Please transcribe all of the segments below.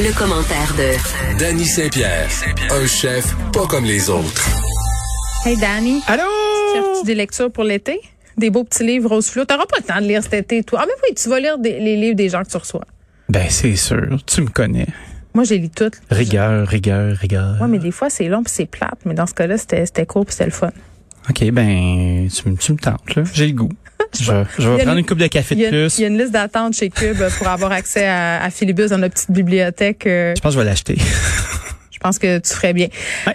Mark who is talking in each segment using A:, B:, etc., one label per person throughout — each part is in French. A: Le commentaire de
B: Danny Saint-Pierre, un chef pas comme les autres.
C: Hey Danny,
D: Allô?
C: cherches-tu des lectures pour l'été? Des beaux petits livres rose flou. T'auras pas le temps de lire cet été, toi. Ah, mais oui, tu vas lire des- les livres des gens que tu reçois.
D: Ben, c'est sûr. Tu me connais.
C: Moi, j'ai lu toutes.
D: Rigueur, rigueur, rigueur.
C: Ouais, mais des fois, c'est long puis c'est plate. Mais dans ce cas-là, c'était c'était court puis c'était le fun.
D: OK, ben, tu, me- tu me tentes, là. J'ai le goût. je, vais- je
C: Il y a
D: vais prendre
C: une-
D: une coupe de café
C: Il y,
D: de
C: a, il
D: plus.
C: y a une liste d'attente chez Cube pour avoir accès à, à Philibus dans notre petite bibliothèque. euh,
D: Je pense que je vais l'acheter.
C: Je pense que tu ferais bien.
D: Ouais.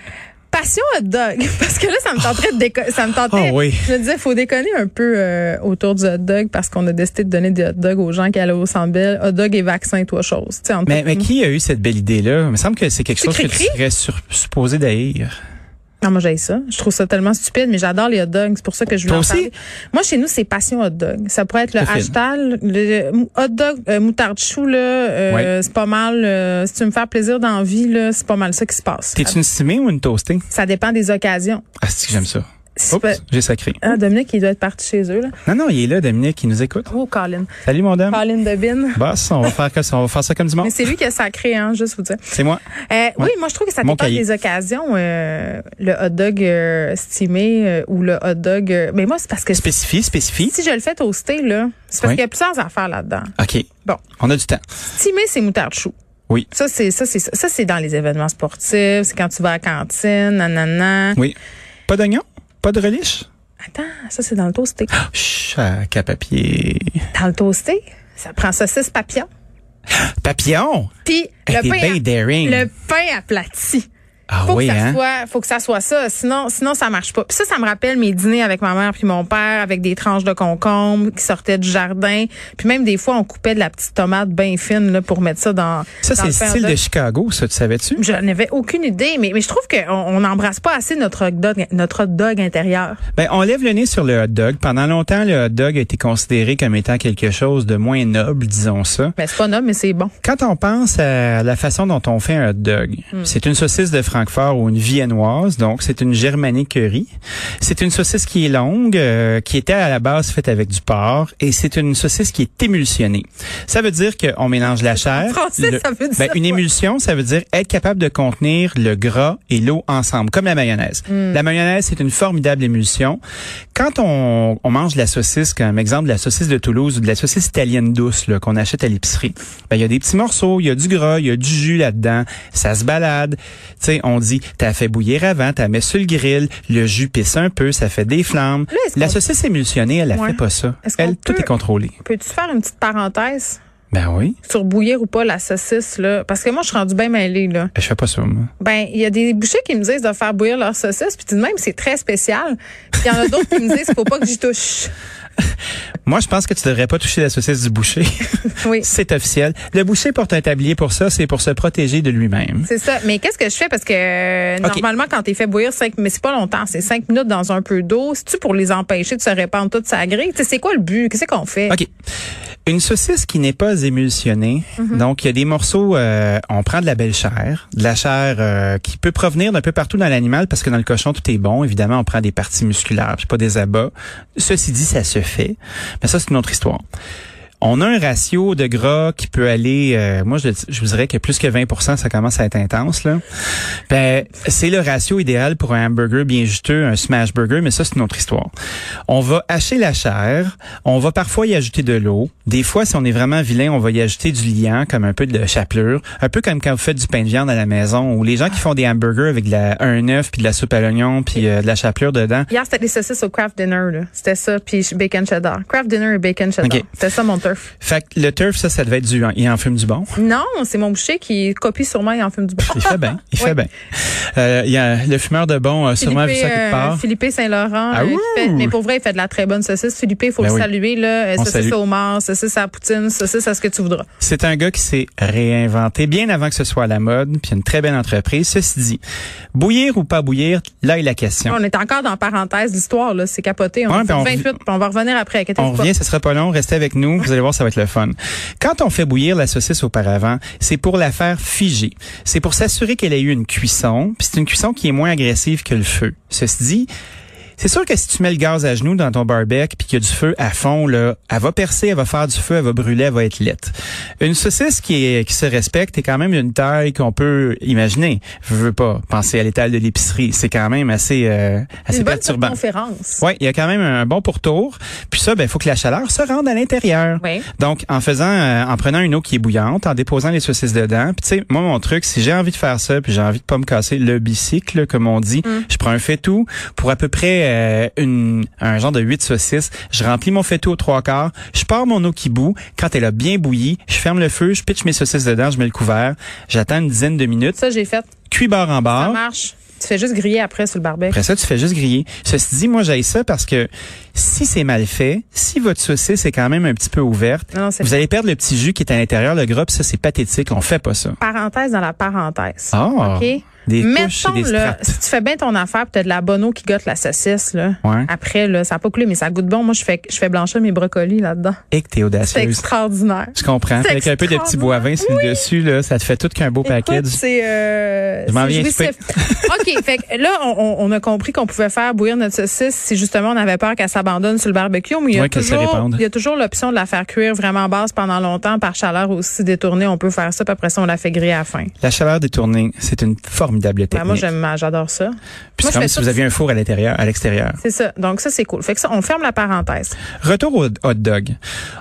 C: Passion hot dog. Parce que là, ça me tenterait de déco- Ça me tentait.
D: Oh oui.
C: Je me disais, faut déconner un peu euh, autour du hot dog parce qu'on a décidé de donner des hot dogs aux gens qui allaient au Sambel. Hot dog et vaccin, toi, chose. Tu sais, on-
D: mais, mais qui a eu cette belle idée-là? Il me semble que c'est quelque
C: C'est
D: chose que tu
C: Cricri?
D: serais sur- supposé d'haïr.
C: Non, moi, j'ai ça. Je trouve ça tellement stupide, mais j'adore les hot dogs. C'est pour ça que je voulais en
D: Toi aussi?
C: parler. Moi, chez nous, c'est passion hot dog. Ça pourrait être le
D: Tout à fait.
C: hashtag, le mou- hot dog, euh, moutarde chou, là. euh,
D: Ouais.
C: C'est pas mal. euh, si tu veux me faire plaisir dans la vie, là, c'est pas mal ça qui se passe.
D: T'es-tu une stimée ou une toastée?
C: Ça dépend des occasions.
D: Ah, c'est que j'aime ça.
C: Si
D: Oups,
C: pas-
D: j'ai sacré.
C: Ah, Dominique, il doit être parti chez eux, là.
D: Non, non, il est là, Dominique, qui nous écoute.
C: Oh, Colin.
D: Salut, mon dame.
C: Colin Debine.
D: Boss, on va faire comme ça, on va faire ça comme du monde.
C: Mais c'est lui qui a sacré, hein, juste vous dire.
D: C'est moi.
C: Euh, Oui, moi, je trouve que ça
D: Mon
C: dépend
D: cahier.
C: des occasions. euh, le hot dog euh, stimé euh, ou le hot dog. euh, mais moi, c'est parce que si
D: Spécifie, spécifie.
C: je le fais toaster, là, c'est parce
D: Oui.
C: qu'il y a plusieurs affaires là-dedans.
D: OK.
C: Bon.
D: On a du temps.
C: Stimé, c'est moutarde chou.
D: Oui.
C: Ça, c'est ça, c'est ça. Ça, c'est dans les événements sportifs, c'est quand tu vas à la cantine, nanana.
D: Oui. Pas d'oignon? Pas de relish?
C: Attends, ça, c'est dans le toasté.
D: Chac à papier.
C: Dans le toasté, ça prend saucisse papillon.
D: Papillon!
C: Puis
D: Hey,
C: le
D: t'es
C: pain,
D: bien
C: à-
D: daring.
C: le pain aplati.
D: Ah
C: Faut
D: oui,
C: que ça
D: hein?
C: soit, faut que ça soit ça. Sinon, sinon ça marche pas. Puis ça, ça me rappelle mes dîners avec ma mère puis mon père avec des tranches de concombre qui sortaient du jardin. Puis même des fois, on coupait de la petite tomate bien fine là pour mettre ça dans.
D: Ça,
C: dans
D: c'est le
C: pain hot
D: style
C: dog.
D: de Chicago, ça, tu savais-tu?
C: Je n'avais aucune idée, mais, mais je trouve qu'on on n'embrasse pas assez notre hot dog, notre hot dog intérieur.
D: Ben, on lève le nez sur le hot dog. Pendant longtemps, le hot dog a été considéré comme étant quelque chose de moins noble, disons ça.
C: Mais c'est pas noble, mais c'est bon.
D: Quand on pense à la façon dont on fait un hot dog,
C: Hmm.
D: c'est une saucisse de Francfort ou une viennoise, donc c'est une germaniquerie. C'est une saucisse qui est longue, euh, qui était à la base faite avec du porc, et c'est une saucisse qui est émulsionnée. Ça veut dire qu'on mélange la chair.
C: français, ça veut dire
D: ben, une
C: quoi?
D: émulsion, ça veut dire être capable de contenir le gras et l'eau ensemble, comme la mayonnaise.
C: Hmm.
D: La mayonnaise, c'est une formidable émulsion. Quand on, on mange de la saucisse, comme exemple de la saucisse de Toulouse ou de la saucisse italienne douce là, qu'on achète à l'épicerie, ben, il y a des petits morceaux, il y a du gras, il y a du jus là-dedans, ça se balade. Tu sais, on dit, t'as fait bouillir avant, t'as mis sur le grill, le jus pisse un peu, ça fait des flammes.
C: Là, est-ce
D: la
C: qu'on-
D: saucisse émulsionnée, elle, elle
C: Ouais.
D: fait pas ça.
C: Est-ce qu'on
D: Elle, tout
C: peut-
D: est contrôlé.
C: Peux-tu faire une petite parenthèse
D: Ben oui,
C: sur bouillir ou pas la saucisse, là? Parce que moi, je suis rendue bien mêlée, là.
D: je fais pas ça, moi.
C: Ben, il y a des bouchers qui me disent de faire bouillir leur saucisse, puis tout de même, c'est très spécial. Puis il y en a d'autres qui me disent faut pas que j'y touche.
D: Moi, je pense que tu devrais pas toucher la saucisse du boucher.
C: Oui.
D: c'est officiel. Le boucher porte un tablier pour ça, c'est pour se protéger de lui-même.
C: C'est ça. Mais qu'est-ce que je fais? Parce que euh,
D: OK.
C: normalement, quand t'es fait bouillir cinq, mais c'est pas longtemps, c'est cinq minutes dans un peu d'eau. C'est-tu pour les empêcher de se répandre toute sa grille? Tu sais, c'est quoi le but? Qu'est-ce qu'on fait?
D: OK. Une saucisse qui n'est pas émulsionnée, donc il y a des morceaux, euh, on prend de la belle chair, de la chair euh, qui peut provenir d'un peu partout dans l'animal parce que dans le cochon tout est bon, évidemment on prend des parties musculaires, puis pas des abats. Ceci dit, ça se fait, mais ça c'est une autre histoire. On a un ratio de gras qui peut aller, euh, moi je, je vous dirais que plus que 20 ça commence à être intense. là. Ben, c'est le ratio idéal pour un hamburger bien juteux, un smash burger, mais ça c'est une autre histoire. On va hacher la chair, on va parfois y ajouter de l'eau. Des fois, si on est vraiment vilain, on va y ajouter du liant, comme un peu de chapelure, un peu comme quand vous faites du pain de viande à la maison, ou les gens qui font des hamburgers avec de la, un œuf, puis de la soupe à l'oignon, puis euh, de la chapelure dedans.
C: Hier, c'était des saucisses au craft dinner, là. C'était ça, puis ch- bacon cheddar. Craft dinner et bacon cheddar.
D: OK.
C: C'était ça mon turf. turf.
D: Fait que le turf, ça, ça devait être du. hein, Il en fume du bon.
C: Non, c'est mon boucher qui copie sûrement, il en fume du bon.
D: Il fait bien. Il
C: Oui.
D: fait bien. Euh, il y a le fumeur de bon a sûrement vu ça quelque
C: euh,
D: part.
C: Philippe Saint-Laurent,
D: Ah
C: euh, qui fait-
D: ouh!
C: mais pour vrai, il fait de la très bonne saucisse. Philippe, il faut
D: Ben
C: le
D: oui.
C: saluer. Là. Euh,
D: On
C: Saucisse
D: salue.
C: au mort, saucisse à la poutine, saucisse à ce que tu voudras.
D: C'est un gars qui s'est réinventé bien avant que ce soit à la mode, puis une très belle entreprise. Ceci dit, bouillir ou pas bouillir, là est la question.
C: On est encore dans parenthèse d'histoire, là. C'est capoté. On
D: Ouais,
C: est
D: ben,
C: sur
D: on
C: 28, puis on va revenir après. inquiétez-vous
D: On
C: pas.
D: revient, ce sera pas long. Restez avec nous. Vous allez voir, ça va être le fun. Quand on fait bouillir la saucisse auparavant, c'est pour la faire figer. C'est pour s'assurer qu'elle ait eu une cuisson. Puis c'est une cuisson qui est moins agressive que le feu. Ceci dit, c'est sûr que si tu mets le gaz à genoux dans ton barbecue puis qu'il y a du feu à fond, là, elle va percer, elle va faire du feu, elle va brûler, elle va être lette. Une saucisse qui, est, qui se respecte est quand même une taille qu'on peut imaginer. Je veux pas penser à l'étal de l'épicerie. C'est quand même assez, euh, assez
C: Une bonne
D: perturbant.
C: conférence.
D: Oui, il y a quand même un bon pourtour. Puis ça, ben, il faut que la chaleur se rende à l'intérieur.
C: Oui.
D: Donc, en faisant, euh, en prenant une eau qui est bouillante, en déposant les saucisses dedans. Puis tu sais, moi mon truc, si j'ai envie de faire ça, puis j'ai envie de pas me casser le bicycle, comme on dit,
C: Mm.
D: je prends un faitout pour à peu près euh, une, un genre de 8 saucisses. Je remplis mon faitout aux trois quarts. Je pars mon eau qui bout. Quand elle a bien bouilli, je ferme le feu, je pitche mes saucisses dedans, je mets le couvert. J'attends une dizaine de minutes.
C: Ça, j'ai fait.
D: Cuit barre en
C: Ça
D: barre.
C: marche. Tu fais juste griller après sur le barbecue.
D: Ah. Après ça, tu fais juste griller. Ceci dit, moi, j'aille ça parce que si c'est mal fait, si votre saucisse est quand même un petit peu ouverte,
C: Non, c'est
D: vous allez perdre le petit jus qui est à l'intérieur, le gras, puis ça, c'est pathétique. On fait pas ça.
C: Parenthèse dans la parenthèse.
D: Ah!
C: OK?
D: Des couches
C: Mettons,
D: et des
C: là,
D: strates.
C: si tu fais bien ton affaire, tu as de la bonne eau qui goûte la saucisse, là.
D: Ouais.
C: Après, là, ça n'a pas coulé, mais ça goûte bon. Moi, je fais, je fais blanchir mes brocolis là-dedans.
D: Et que t'es
C: C'est
D: audacieuse.
C: extraordinaire.
D: Je comprends.
C: C'est
D: Avec un peu de petit bois vin sur le dessus, là, ça te fait tout qu'un beau paquet.
C: Écoute, c'est euh,
D: Je m'en
C: c'est
D: viens
C: jouissif. OK, fait que là, on- on, on a compris qu'on pouvait faire bouillir notre saucisse si justement on avait peur qu'elle s'abandonne sur le barbecue, mais il y a
D: Ouais, qu'elle se
C: toujours,
D: répande.
C: il y a toujours l'option de la faire cuire vraiment basse pendant longtemps par chaleur aussi détournée. On peut faire ça, puis après ça, on la fait griller à la fin.
D: La chaleur détournée, c'est une formidable technique.
C: Ben, moi, j'aime, j'adore ça.
D: Puis
C: moi,
D: c'est
C: je
D: comme
C: fais
D: si
C: ça-
D: vous aviez un four à l'intérieur, à l'extérieur.
C: C'est ça. Donc ça, c'est cool. Fait que ça, on ferme la parenthèse.
D: Retour aux hot dogs.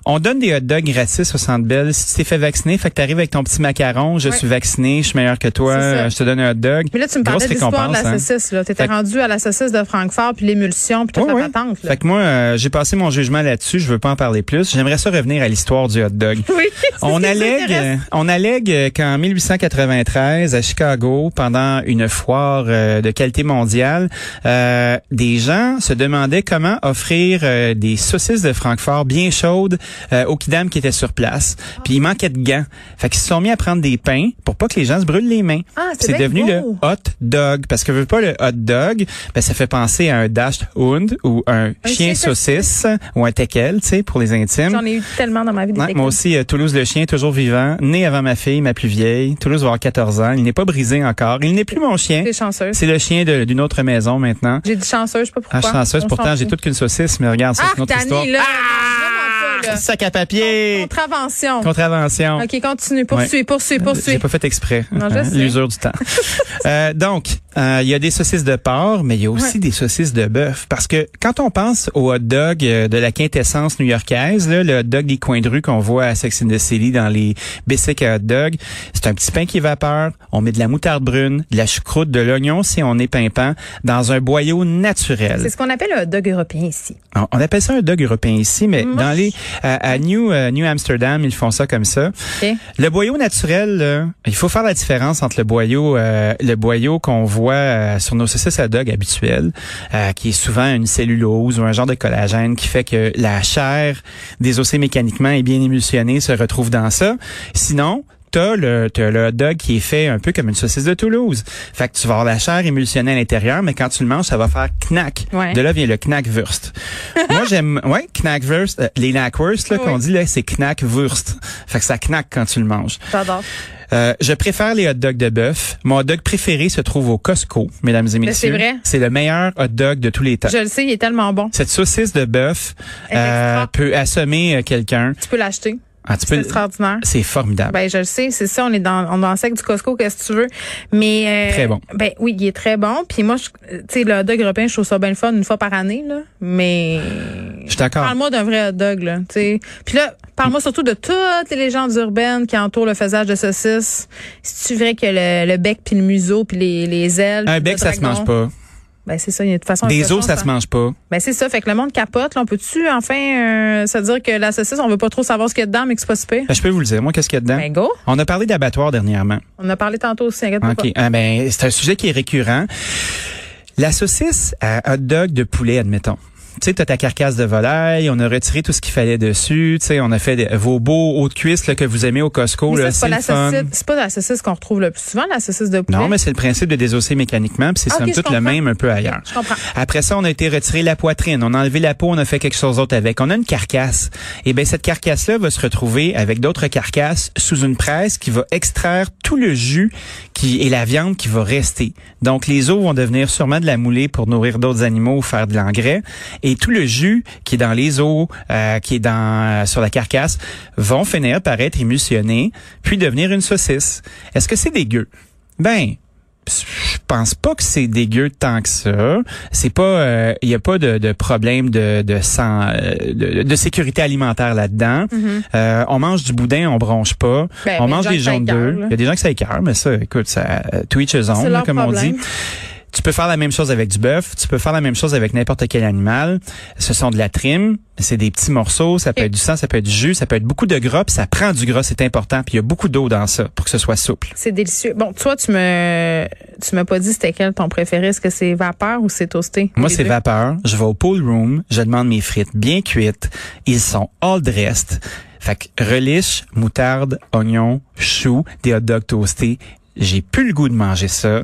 D: On donne des hot dogs gratis au Centre Bell. Si tu t'es fait vacciner, fait que t'arrives avec ton petit macaron, je
C: Ouais.
D: suis vacciné, je suis meilleur que toi,
C: C'est ça.
D: euh, je te donne un hot dog.
C: Mais là, tu me parlais
D: Grosse
C: de l'histoire de la
D: récompense, hein.
C: saucisse. là. T'étais
D: Fait que-
C: rendu à la saucisse de Francfort, puis l'émulsion, puis toute
D: Ouais,
C: la
D: ouais.
C: patente. là.
D: Fait que moi, euh, j'ai passé mon jugement là-dessus. Je veux pas en parler plus. J'aimerais ça revenir à l'histoire du hot dog.
C: Oui, c'est ce
D: On
C: qui
D: allègue,
C: m'intéresse.
D: euh, on allègue euh, qu'en 1893, à Chicago, pendant une foire euh, de qualité mondiale, euh, des gens se demandaient comment offrir euh, des saucisses de Francfort bien chaudes euh, aux kidam qui étaient sur place.
C: Ah.
D: Puis il manquait de gants. Fait qu'ils se sont mis à prendre des pains pour pas que les gens se brûlent les mains.
C: Ah, c'est
D: c'est
C: bien
D: devenu le
C: beau.
D: hot dog. Parce que veut pas le hot dog, ben, ça fait penser à un dashed hund ou un,
C: chien
D: chien saucisse ou un teckel, tu sais, pour les intimes.
C: J'en ai eu tellement dans ma vie des
D: Ouais,
C: techniques.
D: moi aussi, euh, Toulouse le chien, toujours vivant, né avant ma fille, ma plus vieille. Toulouse va avoir 14 ans. Il n'est pas brisé encore. Il n'est plus mon chien.
C: T'es chanceuse.
D: C'est le chien de- d'une autre maison maintenant.
C: J'ai dit chanceuse, je sais pas pourquoi.
D: Ah, chanceuse,
C: On
D: pourtant,
C: s'en
D: j'ai
C: fout.
D: toute qu'une saucisse, mais regarde, ça,
C: Ah,
D: c'est une autre
C: Dani,
D: histoire. Ah!
C: là, non, vraiment pas, là.
D: Sac à papier!
C: Contravention.
D: Contravention.
C: OK, continue. Poursuis,
D: Ouais.
C: poursuis,
D: J'ai
C: poursuis.
D: pas fait exprès.
C: Non, je
D: hein,
C: sais.
D: L'usure du temps. Euh, donc, euh, il y a des saucisses de porc, mais il y a aussi des saucisses de bœuf. Parce que quand on pense au hot dog euh, de la quintessence new-yorkaise, là, le hot dog des coins de rue qu'on voit à Sex and the City dans les basic à hot dog, c'est un petit pain qui vapeur. On met de la moutarde brune, de la choucroute, de l'oignon si on est pimpant, dans un boyau naturel.
C: C'est ce qu'on appelle le hot dog européen ici.
D: On on appelle ça un dog européen ici, mais
C: Moi,
D: dans
C: je-
D: les à, à New euh, New Amsterdam, ils font ça comme ça.
C: OK.
D: Le boyau naturel, là, il faut faire la différence entre le boyau euh, le boyau qu'on voit euh, sur nos saucisses à dog habituelles, euh, qui est souvent une cellulose ou un genre de collagène qui fait que la chair désossée mécaniquement et bien émulsionnée se retrouve dans ça. Sinon, t'as le, t'as le hot dog qui est fait un peu comme une saucisse de Toulouse. Fait que tu vas avoir la chair émulsionnée à l'intérieur, mais quand tu le manges, ça va faire knack.
C: Ouais.
D: De là vient le knackwurst. Moi, j'aime, ouais, knackwurst, euh, les knackwurst, là, qu'on
C: Oui.
D: dit, là, c'est knackwurst. Fait que ça knack quand tu le manges.
C: J'adore.
D: Euh, je préfère les hot dogs de bœuf. Mon hot dog préféré se trouve au Costco, mesdames et
C: Mais Ben, c'est
D: messieurs.
C: vrai?
D: C'est le meilleur hot dog de tous les temps.
C: Je le sais, il est tellement bon.
D: Cette saucisse de bœuf euh,
C: Elle est extra.
D: peut assommer euh, quelqu'un.
C: Tu peux l'acheter.
D: Ah, tu
C: C'est
D: peux-
C: extraordinaire.
D: C'est formidable.
C: Ben, je le sais, c'est ça, on est dans, on est dans le sec du Costco, qu'est-ce que tu veux. Mais, euh,
D: Très bon.
C: Ben, oui, il est très bon. Puis moi, je- tu sais, le hot dog européen, je trouve ça bien le fun une fois par année, là. Mais.
D: je suis d'accord.
C: Ben, Parle-moi d'un vrai hot dog, là. tu sais. Puis là, parle-moi surtout de toutes les légendes urbaines qui entourent le faisage de saucisses. Si tu vrai que le, le bec puis le museau puis les, les ailes.
D: Un
C: puis le
D: bec, ça se
C: dragon-
D: mange pas.
C: Ben, c'est ça. il y a De toute façon, un
D: Des
C: cochon,
D: os, ça se mange pas.
C: Ben, c'est ça. Fait que le monde capote. Là, on peut-tu, enfin, euh, se dire que la saucisse, on veut pas trop savoir ce qu'il y a dedans, mais que c'est pas super?
D: Ben, je peux vous le dire. Moi, qu'est-ce qu'il y a dedans?
C: Ben, go.
D: On a parlé d'abattoir dernièrement.
C: On en a parlé tantôt aussi. Inquiète-toi
D: OK. Ah, ben, c'est un sujet qui est récurrent. La saucisse à hot dog de poulet, admettons. Tu sais, t'as ta carcasse de volaille, on a retiré tout ce qu'il fallait dessus, tu sais, on a fait des- vos beaux hauts de cuisse là, que vous aimez au Costco,
C: pas. Mais
D: là,
C: ça, c'est pas
D: c'est le
C: la
D: fun.
C: saucisse. C'est pas la saucisse qu'on retrouve le plus souvent, la saucisse de poulet.
D: Non, mais c'est le principe de désosser mécaniquement, puis c'est
C: Ah,
D: somme
C: ok, je
D: toute le
C: comprends.
D: même un peu ailleurs.
C: Je comprends.
D: Après ça, on a été retiré la poitrine, on a enlevé la peau, on a fait quelque chose d'autre avec. On a une carcasse. Et ben cette carcasse-là va se retrouver avec d'autres carcasses sous une presse qui va extraire tout le jus qui et la viande qui va rester. Donc les os vont devenir sûrement de la moulée pour nourrir d'autres animaux ou faire de l'engrais. Et tout le jus qui est dans les os, euh, qui est dans euh, sur la carcasse, vont finir par être émulsionnés, puis devenir une saucisse. Est-ce que c'est dégueu? Ben, je pense pas que c'est dégueu tant que ça. C'est pas, euh, il n'y y a pas de, de problème de de, sang- euh, de de sécurité alimentaire là-dedans. Euh, on mange du boudin, on bronche pas.
C: Mm-hmm. Ben,
D: on
C: mais
D: mange
C: les
D: des
C: gens
D: gens
C: qui
D: d'œufs.
C: s'écoeurent, là.
D: Il y a des gens qui s'écœurent, mais ça, écoute, ça euh, to each his own,
C: C'est
D: là,
C: leur
D: comme on
C: problème.
D: dit. Tu peux faire la même chose avec du bœuf, tu peux faire la même chose avec n'importe quel animal. Ce sont de la trime, c'est des petits morceaux, ça peut
C: Ok.
D: être du sang, ça peut être du jus, ça peut être beaucoup de gras, puis ça prend du gras, c'est important, puis il y a beaucoup d'eau dans ça pour que ce soit souple.
C: C'est délicieux. Bon, toi, tu me, tu m'as pas dit c'était quel ton préféré. Est-ce que c'est vapeur ou c'est toasté?
D: Moi,
C: Les
D: c'est
C: deux.
D: vapeur. Je vais au pool room, je demande mes frites bien cuites. Ils sont all dressed. Fait que relish, moutarde, oignon, chou, des hot dogs toastés. J'ai plus le goût de manger ça.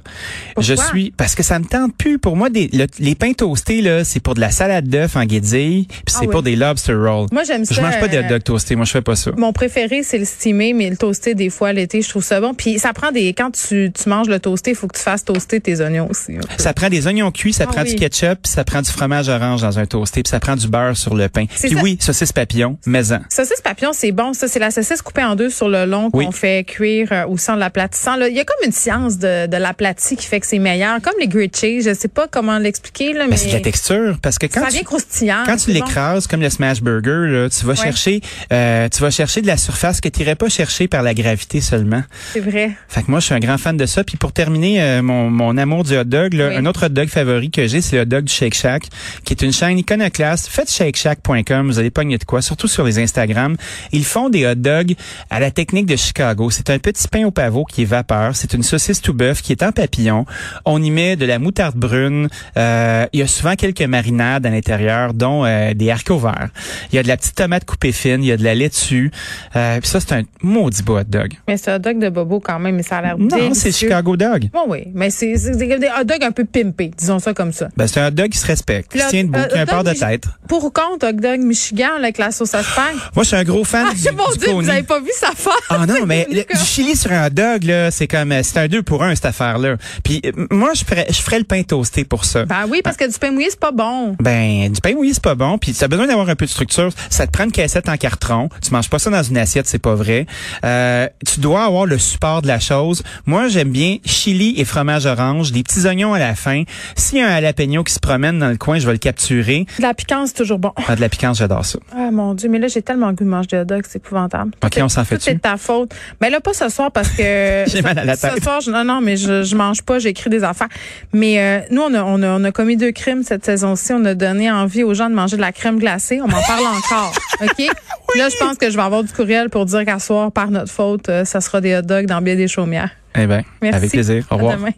D: je
C: Pourquoi?
D: suis parce que ça me tente plus. Pour moi, des, le- les pains toastés là, c'est pour de la salade d'œuf en guédille, puis c'est
C: Ah oui.
D: pour des lobster rolls.
C: Moi, j'aime
D: Je
C: ça,
D: mange pas des
C: euh,
D: hot dogs toastés. Moi, je fais pas ça.
C: Mon préféré, c'est le steamé, mais le toasté, des fois, l'été, je trouve ça bon. Puis ça prend des. Quand tu, tu manges le toasté, il faut que tu fasses toaster tes oignons aussi. un peu.
D: Ça prend des oignons cuits, ça
C: Ah
D: prend du
C: oui.
D: ketchup, puis ça prend du fromage orange dans un toasté, puis ça prend du beurre sur le pain.
C: C'est
D: Puis
C: ça.
D: oui, saucisse papillon, maison.
C: Saucisse papillon, c'est bon. Ça, c'est la saucisse coupée en deux sur le long qu'on
D: Oui.
C: fait cuire euh, au sang de l'aplatissant. là. Il y a comme une science de, de l'aplati qui fait que c'est meilleur. Comme les grilled cheese, je sais pas comment l'expliquer, là, mais,
D: Mais Ben, c'est de la texture parce que quand
C: ça
D: tu-
C: vient croustillant.
D: quand tu
C: Ah, c'est bon.
D: l'écrases comme le smash burger là, tu vas chercher euh, tu vas chercher de la surface que tu irais pas chercher par la gravité seulement.
C: C'est vrai.
D: Fait que moi je suis un grand fan de ça puis pour terminer euh, mon, mon amour du hot dog là,
C: Oui.
D: un autre hot dog favori que j'ai c'est le hot dog du Shake Shack qui est une chaîne iconoclaste faites shakeshack.com vous allez pogner de quoi surtout sur les Instagram. Ils font des hot dogs à la technique de Chicago. C'est un petit pain au pavot qui est vapeur, c'est une saucisse tout bœuf qui est en papillon. On y met de la moutarde brune, euh, il y a souvent quelques marinades à l'intérieur, dont euh, des haricots verts. Il y a de la petite tomate coupée fine, il y a de la laitue. Euh, Puis ça, c'est un maudit beau hot dog.
C: Mais c'est un dog de bobo quand même, mais ça a l'air
D: Non,
C: délicieux.
D: c'est Chicago Dog.
C: Bon, oui, mais c'est c'est des des hot dogs un peu pimpés, disons ça comme ça.
D: Ben, c'est un hot dog qui se respecte, qui
C: Le
D: se tient debout,
C: hot-
D: qui a un
C: hot dog
D: port de
C: Michi-
D: tête.
C: Pour ou contre hot dog Michigan là, avec la sauce à spag?
D: Moi, je suis un gros fan
C: Ah,
D: du,
C: c'est mon
D: du
C: Dieu, vous
D: Coney.
C: avez pas vu sa face?
D: Ah non, mais le,
C: Nicolas.
D: du chili sur un hot dog, là, c'est comme, euh, c'est un deux pour un, cette affaire-là. Puis, euh, moi, je ferais, je ferais le pain toasté pour ça.
C: Ben oui, parce que du pain mouillé, c'est pas bon.
D: Ben, du pain mouillé, c'est pas bon. Puis, ça a besoin d'avoir un peu de structure. Ça te prend une cassette en carton. Tu manges pas ça dans une assiette, c'est pas vrai. Euh, tu dois avoir le support de la chose. Moi, j'aime bien chili et fromage orange, des petits oignons à la fin. S'il y a un jalapeno qui se promène dans le coin, je vais le capturer.
C: De la piquance, c'est toujours bon.
D: Ah, de la piquance, j'adore ça.
C: Ah mon Dieu, mais là, j'ai tellement le goût de manger des hot dogs, c'est épouvantable.
D: OK, on s'en
C: Tout
D: fait-tu?
C: est de ta faute. Mais là, pas ce soir parce que.
D: J'ai mal à la
C: Ce
D: tête.
C: soir, je- non, non, mais je, je mange pas, j'écris des affaires. Mais euh, nous, on a, on, a, on a commis deux crimes cette saison-ci. On a donné envie aux gens de manger de la crème glacée. On m'en parle encore. OK? Là, je pense que je vais avoir du courriel pour dire qu'à soir, par notre faute, euh, ça sera des hot dogs dans bien des chaumières.
D: Eh ben,
C: Merci.
D: avec plaisir. Au
C: À
D: revoir.
C: demain.